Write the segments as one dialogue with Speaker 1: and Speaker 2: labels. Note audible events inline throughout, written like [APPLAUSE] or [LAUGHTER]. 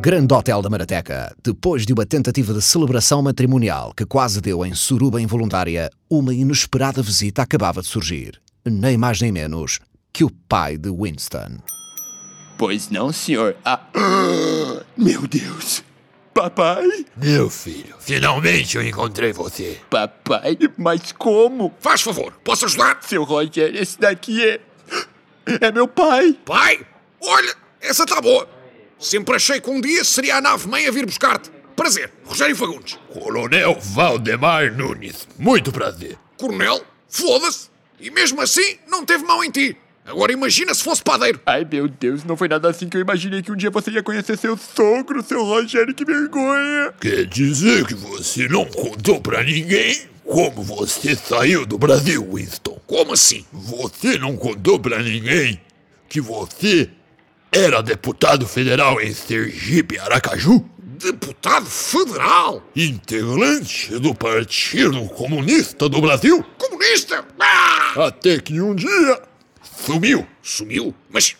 Speaker 1: Grande Hotel da Marateca, depois de uma tentativa de celebração matrimonial que quase deu em suruba involuntária, uma inesperada visita acabava de surgir. Nem mais nem menos que o pai de Winston.
Speaker 2: Pois não, senhor. Ah, [GASPS] ah, meu Deus! Papai?
Speaker 3: Meu filho, finalmente eu encontrei você.
Speaker 2: Papai? Mas como?
Speaker 3: Faz favor, posso ajudar?
Speaker 2: Seu Roger, esse daqui é. É meu pai!
Speaker 3: Pai, olha, essa tá boa. Sempre achei que um dia seria a nave-mãe a vir buscar-te. Prazer, Rogério Fagundes.
Speaker 4: Coronel Valdemar Nunes, muito prazer.
Speaker 3: Coronel, foda-se. E mesmo assim, não teve mão em ti. Agora imagina se fosse padeiro.
Speaker 2: Ai meu Deus, não foi nada assim que eu imaginei que um dia você ia conhecer seu sogro, seu Rogério, que vergonha!
Speaker 4: Quer dizer que você não contou pra ninguém como você saiu do Brasil, Winston?
Speaker 3: Como assim?
Speaker 4: Você não contou pra ninguém que você era deputado federal em Sergipe, Aracaju?
Speaker 3: Deputado federal?
Speaker 4: Integrante do Partido Comunista do Brasil?
Speaker 3: Comunista? Ah!
Speaker 4: Até que um dia
Speaker 3: Sumiu? Sumiu? Mas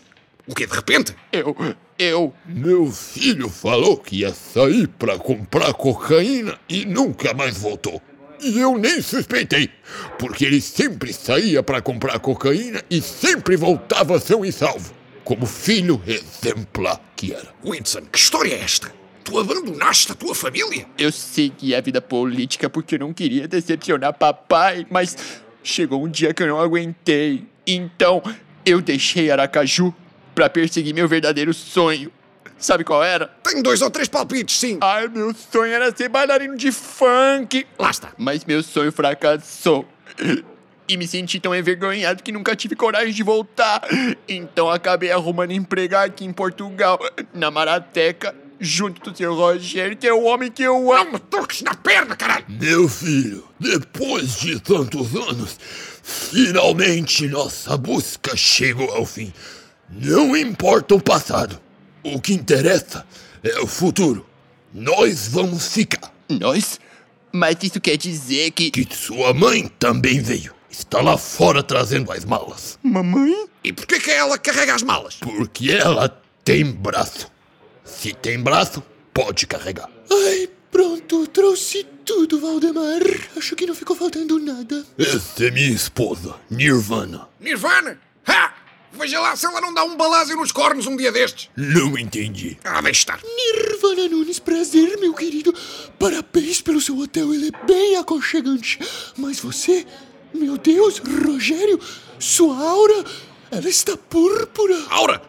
Speaker 3: o que de repente?
Speaker 2: Eu. Eu.
Speaker 4: Meu filho falou que ia sair para comprar cocaína e nunca mais voltou. E eu nem suspeitei, porque ele sempre saía para comprar cocaína e sempre voltava são e salvo, como filho exemplar que era.
Speaker 3: Winston, que história é esta? Tu abandonaste a tua família?
Speaker 2: Eu segui a vida política porque não queria decepcionar papai, mas chegou um dia que eu não aguentei. Então, eu deixei Aracaju para perseguir meu verdadeiro sonho. Sabe qual era?
Speaker 3: Tenho dois ou três palpites, sim.
Speaker 2: Ai, meu sonho era ser bailarino de funk.
Speaker 3: Lá está.
Speaker 2: Mas meu sonho fracassou. E me senti tão envergonhado que nunca tive coragem de voltar. Então acabei arrumando emprego aqui em Portugal, na Marateca, junto do seu Rogério, que é o homem que eu
Speaker 3: amo. Não me toques na perna, caralho!
Speaker 4: Meu filho, depois de tantos anos, finalmente nossa busca chegou ao fim. Não importa o passado, o que interessa é o futuro. Nós vamos ficar.
Speaker 2: Nós? Mas isso quer dizer que.
Speaker 4: Que sua mãe também veio. Está lá fora trazendo as malas.
Speaker 2: Mamãe?
Speaker 3: E por que, que ela carrega as malas?
Speaker 4: Porque ela tem braço. Se tem braço, pode carregar.
Speaker 5: Ai, pronto, trouxe tudo, Valdemar. Acho que não ficou faltando nada.
Speaker 4: Essa é minha esposa, Nirvana.
Speaker 3: Nirvana? Ha! Veja lá se ela não dá um balásio nos cornos um dia destes.
Speaker 4: Não entendi.
Speaker 3: Ah, deixa estar.
Speaker 5: Nirvana Nunes, prazer, meu querido. Parabéns pelo seu hotel, ele é bem aconchegante. Mas você, meu Deus, Rogério, sua aura, ela está púrpura.
Speaker 3: Aura?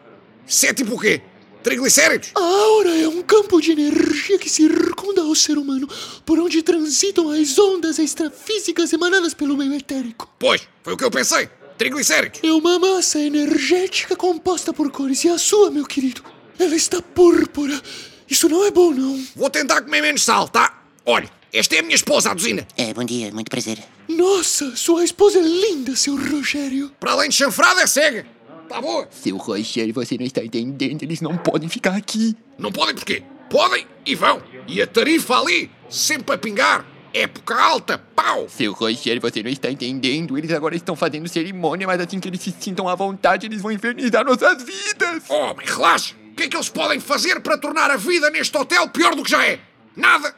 Speaker 3: Você é tipo o quê? triglicéridos.
Speaker 5: A aura é um campo de energia que circunda o ser humano, por onde transitam as ondas extrafísicas emanadas pelo meio etérico.
Speaker 3: Pois, foi o que eu pensei. Triglicéridos.
Speaker 5: É uma massa energética composta por cores, e a sua, meu querido, ela está púrpura. Isso não é bom, não.
Speaker 3: Vou tentar comer menos sal, tá? Olha, esta é a minha esposa, a Duzina.
Speaker 6: É, bom dia, muito prazer.
Speaker 5: Nossa, sua esposa é linda, seu Rogério.
Speaker 3: Para além de chanfrada, é cega. Tá boa?
Speaker 2: Seu Rogério, você não está entendendo. Eles não podem ficar aqui.
Speaker 3: Não podem porquê? Podem e vão. E a tarifa ali, sempre a pingar. Época alta, pau!
Speaker 2: Seu Rogério, você não está entendendo. Eles agora estão fazendo cerimônia, mas assim que eles se sintam à vontade, eles vão infernizar nossas vidas.
Speaker 3: Homem, oh, relaxa. O que é que eles podem fazer para tornar a vida neste hotel pior do que já é? Nada!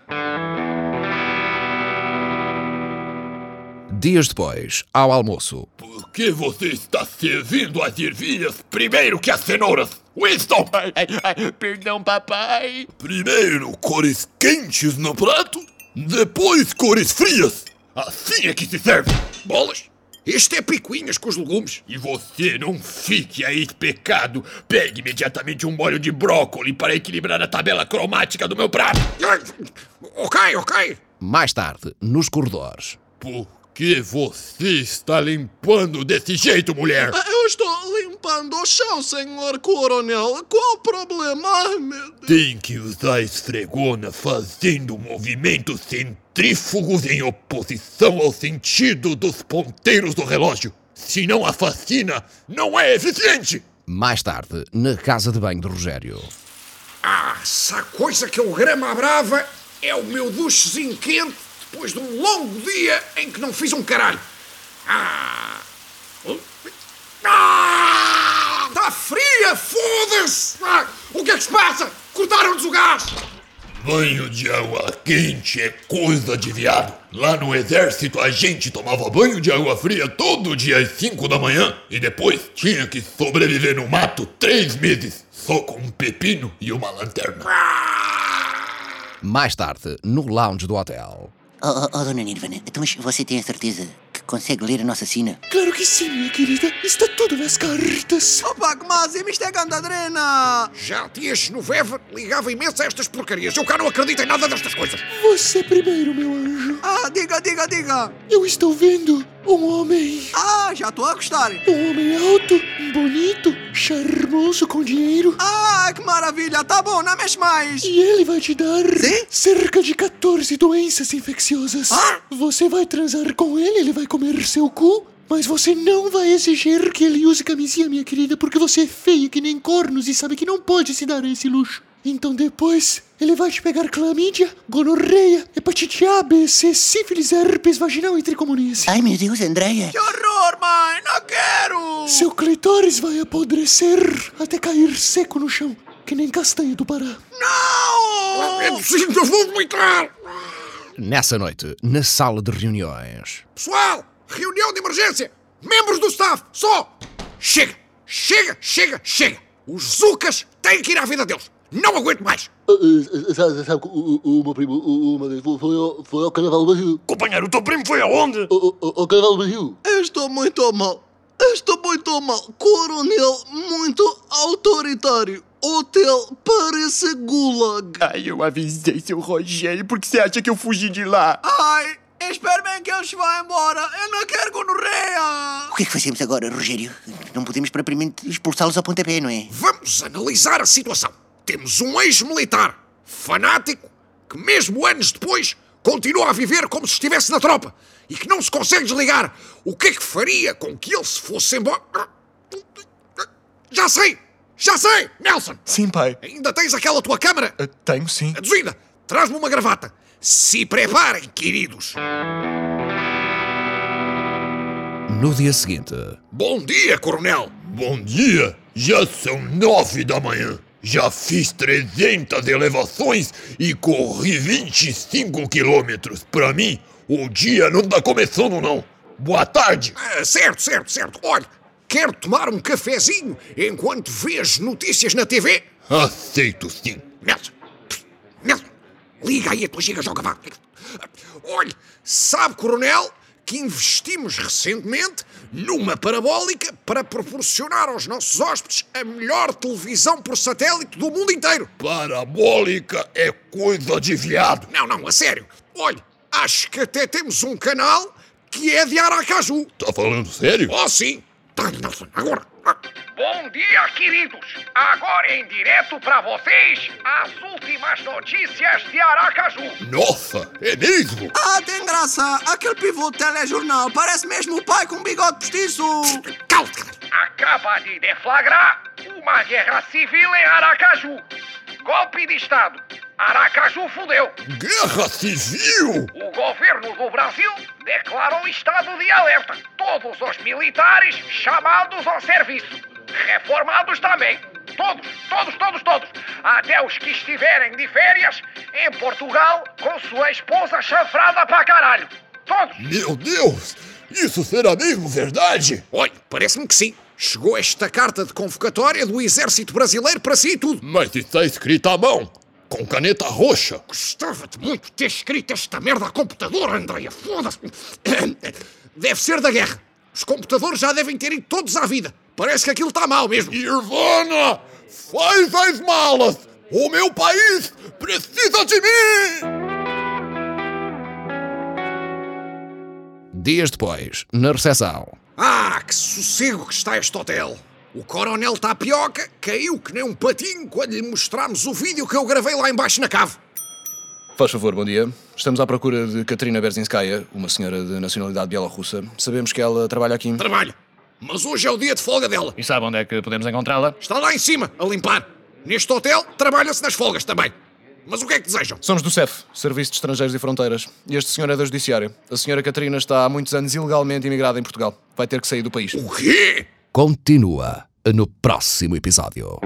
Speaker 1: Dias depois, ao almoço.
Speaker 4: Por que você está servindo as ervilhas primeiro que as cenouras? Winston!
Speaker 2: Ai, ai, ai, perdão, papai!
Speaker 4: Primeiro cores quentes no prato, depois cores frias. Assim é que se serve.
Speaker 3: Bolas! Este é picuinhas com os legumes.
Speaker 4: E você não fique aí pecado. Pegue imediatamente um molho de brócoli para equilibrar a tabela cromática do meu prato.
Speaker 3: Ok, ok.
Speaker 1: Mais tarde, nos corredores.
Speaker 4: Por que você está limpando desse jeito, mulher?
Speaker 7: Ah, Eu estou limpando o chão, senhor coronel. Qual o problema? Meu Deus?
Speaker 4: Tem que usar esfregona fazendo movimentos centrífugos em oposição ao sentido dos ponteiros do relógio. Se não a fascina, não é eficiente!
Speaker 1: Mais tarde, na casa de banho de Rogério.
Speaker 3: Ah, essa coisa que eu grama brava É o meu duchezinho quente depois de um longo dia em que não fiz um caralho. Ah! Ah! Está fria! Foda-se! Ah, o que é que se passa? Cortaram-nos o gás!
Speaker 4: Banho de água quente é coisa de viado. Lá no exército a gente tomava banho de água fria todo dia às 5 da manhã e depois tinha que sobreviver no mato três meses só com um pepino e uma lanterna.
Speaker 1: Mais tarde, no lounge do hotel.
Speaker 6: Oh, oh, oh, dona Nirvana, então mas você tem a certeza que consegue ler a nossa sina?
Speaker 5: Claro que sim, minha querida. Está tudo nas cartas.
Speaker 7: Opa, que mas, me está gandadrena!
Speaker 3: Já tinhas no Vever, ligava imenso a estas porcarias. Eu cá não acredito em nada destas coisas.
Speaker 5: Você primeiro, meu anjo.
Speaker 7: Ah, diga, diga, diga!
Speaker 5: Eu estou vendo um homem.
Speaker 7: Ah, já estou a gostar!
Speaker 5: Um homem alto, bonito, charmoso, com dinheiro.
Speaker 7: Ah, que maravilha! Tá bom, não mexe mais!
Speaker 5: E ele vai te dar
Speaker 7: Sim?
Speaker 5: cerca de 14 doenças infecciosas.
Speaker 7: Ah!
Speaker 5: Você vai transar com ele, ele vai comer seu cu. Mas você não vai exigir que ele use camisinha, minha querida, porque você é feio que nem cornos e sabe que não pode se dar esse luxo. Então depois, ele vai te pegar clamídia, gonorreia, hepatite A, B, C, sífilis, herpes vaginal e tricomonias.
Speaker 6: Ai meu Deus, Andréia!
Speaker 7: Que horror, mãe! Não quero!
Speaker 5: Seu clitóris vai apodrecer até cair seco no chão, que nem castanha do Pará.
Speaker 7: Não!
Speaker 3: É possível, eu vou vomitar!
Speaker 1: Nessa noite, na sala de reuniões.
Speaker 3: Pessoal, reunião de emergência! Membros do staff, só! Chega! Chega, chega, chega! Os Zucas têm que ir à vida deles! Não aguento mais!
Speaker 8: Sabe, sabe que o, o- o meu primo o- uma vez foi, foi, ao, foi ao Carnaval do Brasil.
Speaker 4: Companheiro, teu primo foi aonde?
Speaker 8: O, o, ao Carnaval do Brasil.
Speaker 7: Eu estou muito mal. Eu estou muito mal. Coronel, muito autoritário. Hotel parece gulag.
Speaker 2: Ai, eu avisei seu Rogério, por que você acha que eu fugi de lá?
Speaker 7: Ai, espero bem que eles vão embora. Eu não quero gonorreia.
Speaker 6: O que é que fazemos agora, Rogério? Não podemos propriamente expulsá-los ao pontapé, não é?
Speaker 3: Vamos analisar a situação. Temos um ex-militar, fanático, que mesmo anos depois continua a viver como se estivesse na tropa e que não se consegue desligar. O que é que faria com que ele se fosse embora? Já sei! Já sei! Nelson!
Speaker 2: Sim, pai.
Speaker 3: Ainda tens aquela tua câmara?
Speaker 2: Eu tenho sim.
Speaker 3: Aduzida, traz-me uma gravata. Se preparem, queridos.
Speaker 1: No dia seguinte,
Speaker 3: Bom dia, coronel.
Speaker 4: Bom dia, já são nove da manhã. Já fiz 300 elevações e corri 25 quilômetros. Pra mim, o dia não tá começando não. Boa tarde.
Speaker 3: Ah, certo, certo, certo. Olha, quero tomar um cafezinho enquanto vês notícias na TV.
Speaker 4: Aceito sim.
Speaker 3: Nelson, pss, Nelson, liga aí a tua giga joga vá. Olha, sabe, coronel, que investimos recentemente numa parabólica para proporcionar aos nossos hóspedes a melhor televisão por satélite do mundo inteiro.
Speaker 4: Parabólica é coisa de viado.
Speaker 3: Não, não, a sério. Olha, acho que até temos um canal que é de Aracaju.
Speaker 4: Tá falando sério?
Speaker 3: Oh, sim. Dá-lhe, Nelson, agora.
Speaker 9: Bom dia, queridos! Agora em direto para vocês, as últimas notícias de Aracaju.
Speaker 4: Nossa, é mesmo?
Speaker 7: Ah, tem graça. Aquele pivô de telejornal parece mesmo o pai com bigode postiço.
Speaker 3: Cala, caralho.
Speaker 9: Acaba de deflagrar uma guerra civil em Aracaju. Golpe de Estado. Aracaju fudeu.
Speaker 4: Guerra civil?
Speaker 9: O governo do Brasil declarou estado de alerta. Todos os militares chamados ao serviço. Reformados também. Todos, todos, todos, todos. Até os que estiverem de férias em Portugal com sua esposa chanfrada pra caralho. Todos.
Speaker 4: Meu Deus, isso será mesmo verdade?
Speaker 3: Olha, parece-me que sim. Chegou esta carta de convocatória do Exército Brasileiro para si e tudo.
Speaker 4: Mas está escrita à mão, com caneta roxa.
Speaker 3: Gostava-te muito de ter escrito esta merda a computador, Andreia. Foda-se. [COUGHS] Deve ser da guerra. Os computadores já devem ter ido todos à vida. Parece que aquilo está mal mesmo.
Speaker 4: Irvana, faz as malas! O meu país precisa de mim!
Speaker 1: dias depois, na recepção.
Speaker 3: Ah, que sossego que está este hotel. O coronel Tapioca caiu que nem um patinho quando lhe mostramos o vídeo que eu gravei lá embaixo na cave.
Speaker 10: Faz favor, bom dia. Estamos à procura de Katrina Berzinskaya, uma senhora de nacionalidade bielorrussa. Sabemos que ela trabalha aqui.
Speaker 3: Trabalha. Mas hoje é o dia de folga dela.
Speaker 11: E sabe onde é que podemos encontrá-la?
Speaker 3: Está lá em cima, a limpar. Neste hotel, trabalha-se nas folgas também. Mas o que é que desejam?
Speaker 10: Somos do CEF, Serviço de Estrangeiros e Fronteiras. E Este senhor é da Judiciária. A senhora Catarina está há muitos anos ilegalmente imigrada em Portugal. Vai ter que sair do país. O
Speaker 3: quê?
Speaker 1: Continua no próximo episódio.